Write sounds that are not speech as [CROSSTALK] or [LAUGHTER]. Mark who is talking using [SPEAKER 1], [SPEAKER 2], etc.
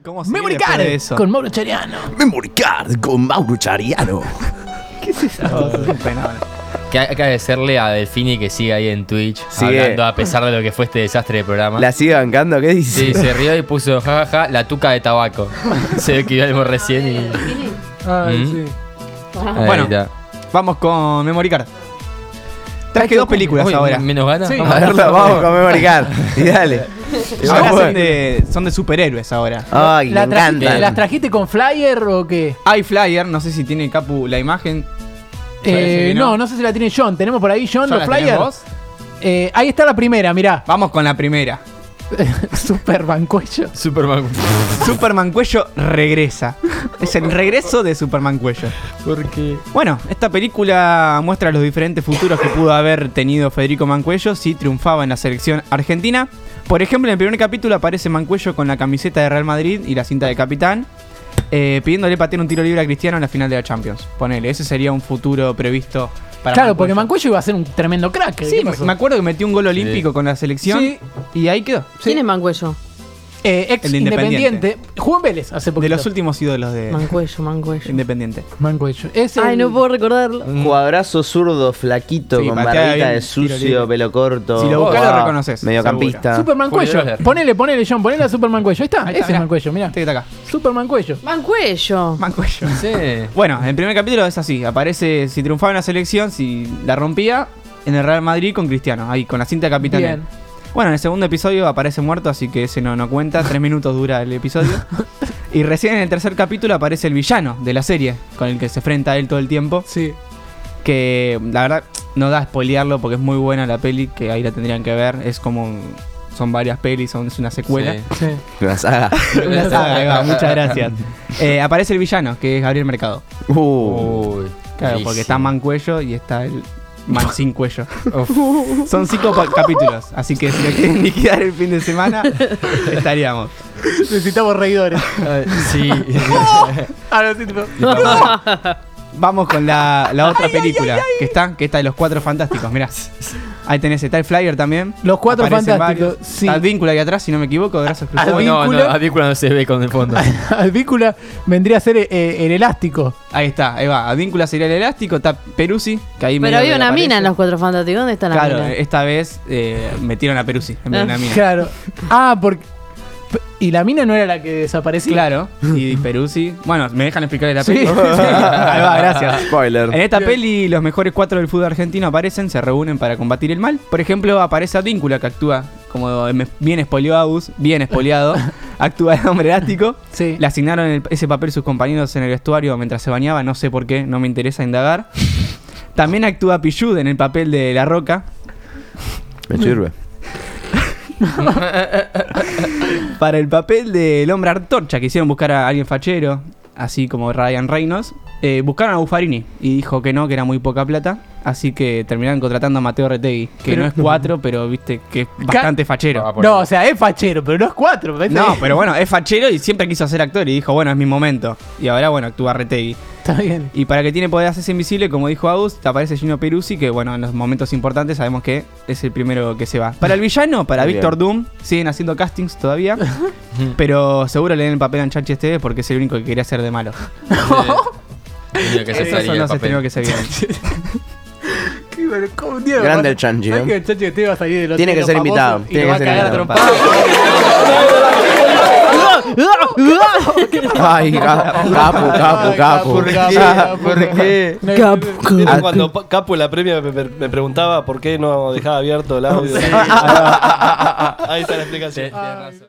[SPEAKER 1] ¿Cómo sigue
[SPEAKER 2] Memory
[SPEAKER 1] después
[SPEAKER 2] Card
[SPEAKER 1] de eso?
[SPEAKER 2] con Mauro Chariano.
[SPEAKER 3] Memory Card con Mauro
[SPEAKER 1] [LAUGHS]
[SPEAKER 3] Chariano.
[SPEAKER 2] ¿Qué es eso?
[SPEAKER 1] Un penal.
[SPEAKER 4] Que hay que agradecerle a Delfini que sigue ahí en Twitch
[SPEAKER 3] Sigue.
[SPEAKER 4] hablando a pesar de lo que fue este desastre de programa.
[SPEAKER 3] ¿La sigue bancando? ¿Qué dice? [LAUGHS]
[SPEAKER 4] Sí, se rió y puso jajaja la tuca de tabaco. Se ve que vimos recién y.
[SPEAKER 5] Ay,
[SPEAKER 4] Mm.
[SPEAKER 5] sí.
[SPEAKER 4] Ahí
[SPEAKER 1] Bueno,
[SPEAKER 4] está.
[SPEAKER 1] Vamos con Memory Card. Traje dos películas
[SPEAKER 4] Uy,
[SPEAKER 1] ahora.
[SPEAKER 4] ¿Menos ganas?
[SPEAKER 5] Sí.
[SPEAKER 4] Vamos [LAUGHS]
[SPEAKER 3] A
[SPEAKER 4] a ver.
[SPEAKER 3] verla, vamos con
[SPEAKER 1] [LAUGHS]
[SPEAKER 3] Memory Card. Y dale.
[SPEAKER 1] Ahora
[SPEAKER 3] Vamos.
[SPEAKER 1] son de, son de superhéroes ahora.
[SPEAKER 3] Ay,
[SPEAKER 2] ¿La
[SPEAKER 3] me
[SPEAKER 2] trajiste-
[SPEAKER 3] encantan.
[SPEAKER 2] ¿Las trajiste con flyer o qué?
[SPEAKER 1] Hay flyer, no sé si tiene Capu la imagen. Parece
[SPEAKER 2] Eh,
[SPEAKER 1] que no.
[SPEAKER 2] no, no sé si la tiene John. ¿Tenemos por ahí John
[SPEAKER 1] ¿Ya la
[SPEAKER 2] los flyers?
[SPEAKER 1] tenés vos?
[SPEAKER 2] Eh, ahí está la primera, mirá. [LAUGHS]
[SPEAKER 1] Vamos con la primera.
[SPEAKER 2] Super bancuello.
[SPEAKER 4] Superman.
[SPEAKER 1] Superman Cuello regresa. Es el regreso de Superman Cuello.
[SPEAKER 4] Porque.
[SPEAKER 1] Bueno, esta película muestra los diferentes futuros que pudo haber tenido Federico Mancuello si triunfaba en la selección argentina. Por ejemplo, en el primer capítulo aparece Mancuello con la camiseta de Real Madrid y la cinta de capitán, eh, pidiéndole patear un tiro libre a Cristiano en la final de la Champions. Ponele, ese sería un futuro previsto para
[SPEAKER 2] Claro, porque Mancuello iba a ser un tremendo crack. ¿Qué
[SPEAKER 1] Sí, me,
[SPEAKER 2] pasó?
[SPEAKER 1] me acuerdo que metió un gol olímpico con la selección
[SPEAKER 2] Sí.
[SPEAKER 1] y ahí quedó.
[SPEAKER 5] ¿Quién es Mancuello?
[SPEAKER 2] Eh, ex
[SPEAKER 1] El de Independiente.
[SPEAKER 2] independiente. Jugó en Vélez hace poquito.
[SPEAKER 1] De los últimos ídolos de [LAUGHS]
[SPEAKER 5] Mancuello, Mancuello.
[SPEAKER 1] Independiente.
[SPEAKER 2] Mancuello. Es
[SPEAKER 5] Ay,
[SPEAKER 2] el-
[SPEAKER 5] no puedo recordarlo.
[SPEAKER 3] Cuadrazo zurdo, flaquito,
[SPEAKER 1] Sí,
[SPEAKER 3] con
[SPEAKER 1] pateaba bien
[SPEAKER 3] barbita
[SPEAKER 1] el
[SPEAKER 3] de
[SPEAKER 1] tiro libre.
[SPEAKER 3] sucio, pelo corto.
[SPEAKER 1] Si lo buscas,
[SPEAKER 3] Guau,
[SPEAKER 1] lo reconoces,
[SPEAKER 3] Mediocampista.
[SPEAKER 2] Superman
[SPEAKER 4] Julio
[SPEAKER 2] Cuello.
[SPEAKER 4] Verne.
[SPEAKER 2] Ah. Ponele, ponele, John. Ponele a Superman Cuello. Ahí está.
[SPEAKER 1] Ahí
[SPEAKER 2] ese
[SPEAKER 1] está, mirá.
[SPEAKER 2] es Mancuello, mirá.
[SPEAKER 1] Este que está acá.
[SPEAKER 2] Superman Cuello.
[SPEAKER 5] Mancuello.
[SPEAKER 1] Mancuello.
[SPEAKER 4] Sí.
[SPEAKER 1] Bueno, el primer capítulo es así. Aparece si triunfaba en la selección, si la rompía, en el Real Madrid con Cristiano, ahí, con la cinta de capitán.
[SPEAKER 2] Bien.
[SPEAKER 1] Bueno, en el segundo episodio aparece muerto, así que ese no, no cuenta. Tres minutos dura el episodio. y recién en el tercer capítulo aparece el villano de la serie, con el que se enfrenta él todo el tiempo.
[SPEAKER 2] Sí. [LAUGHS]
[SPEAKER 1] Que la verdad, no da a spoilearlo porque es muy buena la peli, que ahí la tendrían que ver. Es como. Son varias pelis, son, es una secuela.
[SPEAKER 4] Sí.
[SPEAKER 2] Sí.
[SPEAKER 3] La saga.
[SPEAKER 1] [LAUGHS] Una saga, ahí va, muchas gracias. Eh, aparece el villano, que es Gabriel Mercado.
[SPEAKER 3] [LAUGHS] Uh.
[SPEAKER 4] Uy.
[SPEAKER 1] Claro, porque está
[SPEAKER 4] malísimo.
[SPEAKER 1] Mancuello y está el Man
[SPEAKER 2] [LAUGHS]
[SPEAKER 1] sin cuello. Uf. [LAUGHS] Son cinco pa- capítulos, así que si lo quieren liquidar el fin de
[SPEAKER 2] [LAUGHS]
[SPEAKER 1] semana, estaríamos.
[SPEAKER 2] Necesitamos reidores.
[SPEAKER 4] Sí.
[SPEAKER 1] [LAUGHS]
[SPEAKER 4] [LAUGHS]
[SPEAKER 2] Ahora sí, tipo.
[SPEAKER 1] Vamos con la, la otra película que está, que está de los cuatro fantásticos, mirá. Ahí tenés, está el flyer también.
[SPEAKER 2] Los Cuatro
[SPEAKER 1] Aparecen
[SPEAKER 2] Fantásticos,
[SPEAKER 1] varios.
[SPEAKER 2] sí.
[SPEAKER 1] Está el vínculo ahí atrás, si no me equivoco, de brazos cruzados.
[SPEAKER 4] No, no, no,
[SPEAKER 2] Advíncula.
[SPEAKER 4] la película no se ve con
[SPEAKER 1] [LAUGHS]
[SPEAKER 4] el fondo.
[SPEAKER 2] Advícula vendría a ser eh, el elástico.
[SPEAKER 1] Ahí está, ahí va. Advíncula sería el elástico, está Perusi, que ahí
[SPEAKER 5] Pero
[SPEAKER 1] medio
[SPEAKER 5] había
[SPEAKER 1] que
[SPEAKER 5] una
[SPEAKER 1] aparece.
[SPEAKER 5] mina en los Cuatro Fantásticos. ¿Dónde está la
[SPEAKER 1] Claro,
[SPEAKER 5] mina?
[SPEAKER 1] esta vez eh, metieron a Perusi en vez de una
[SPEAKER 2] [LAUGHS]
[SPEAKER 1] mina.
[SPEAKER 2] Claro. Ah, porque. Y la mina no era la que desaparecía.
[SPEAKER 1] Claro, y Peruzzi. Bueno, me dejan explicar la
[SPEAKER 2] Sí.
[SPEAKER 1] peli. [LAUGHS] Ahí va, gracias. Eh. En
[SPEAKER 3] Spoiler.
[SPEAKER 1] esta peli, los mejores cuatro del fútbol argentino aparecen, se reúnen para combatir el mal. Por ejemplo, aparece Advíncula, que actúa como bien espoliado Abus, bien [LAUGHS] espoliado. actúa de hombre elástico.
[SPEAKER 2] Sí.
[SPEAKER 1] Le asignaron el- ese papel sus compañeros en el vestuario mientras se bañaba, no sé por qué, no me interesa indagar. También actúa Pillud en el papel de La Roca.
[SPEAKER 3] Me sirve.
[SPEAKER 1] Para el papel del hombre antorcha, quisieron buscar a alguien fachero, así como Ryan Reynolds. eh, buscaron a Buffarini y dijo que no, que era muy poca plata. Así que terminaron contratando a Mateo Retegui, que
[SPEAKER 2] Pero- Ah,
[SPEAKER 1] no es cuatro, pero viste que es bastante fachero.
[SPEAKER 2] No, o sea, es fachero, pero no es cuatro. ¿me
[SPEAKER 1] No,
[SPEAKER 2] entendés?
[SPEAKER 1] pero bueno, es fachero y siempre quiso ser actor y dijo, bueno, es mi momento. Y ahora, bueno, actúa Retegui.
[SPEAKER 2] [LAUGHS] Está bien.
[SPEAKER 1] Y para que tiene poder hacerse invisible, como dijo Agus, te aparece Gino Peruzzi, que bueno, en los momentos importantes sabemos que es el primero que se va. Para el villano, para
[SPEAKER 3] Muy
[SPEAKER 1] Víctor Doom, siguen haciendo castings
[SPEAKER 4] [LAUGHS]
[SPEAKER 1] todavía, pero seguro le den el papel a Chachi Esteves porque es el único que quería ser de malo.
[SPEAKER 4] Tenía que ser
[SPEAKER 1] Esos
[SPEAKER 4] serio
[SPEAKER 1] son
[SPEAKER 4] el
[SPEAKER 1] los
[SPEAKER 4] papel.
[SPEAKER 1] estrenos que se vienen.
[SPEAKER 2] Qué bueno, ¿cómo un día me
[SPEAKER 3] Grande
[SPEAKER 2] pasa-
[SPEAKER 3] el Chanchi,
[SPEAKER 2] ¿sabes
[SPEAKER 3] ¿eh?
[SPEAKER 2] que el Chanchi Esteves va a salir del
[SPEAKER 3] Tiene
[SPEAKER 2] hotel
[SPEAKER 3] que
[SPEAKER 2] de
[SPEAKER 3] ser
[SPEAKER 2] los
[SPEAKER 3] invitado,
[SPEAKER 2] famosos y
[SPEAKER 3] tiene que
[SPEAKER 2] lo va a
[SPEAKER 3] ser
[SPEAKER 2] [LAUGHS] cagar a
[SPEAKER 3] invitado. Ay, ca- capu, capu, capu.
[SPEAKER 2] Capu,
[SPEAKER 3] Ya.
[SPEAKER 2] capu, capu.
[SPEAKER 3] qué?
[SPEAKER 2] trompadas.
[SPEAKER 6] Era cuando Pa- Capo en la premia me, per- me preguntaba por qué no dejaba abierto el audio. Ahí está la explicación.
[SPEAKER 4] Tenés razón.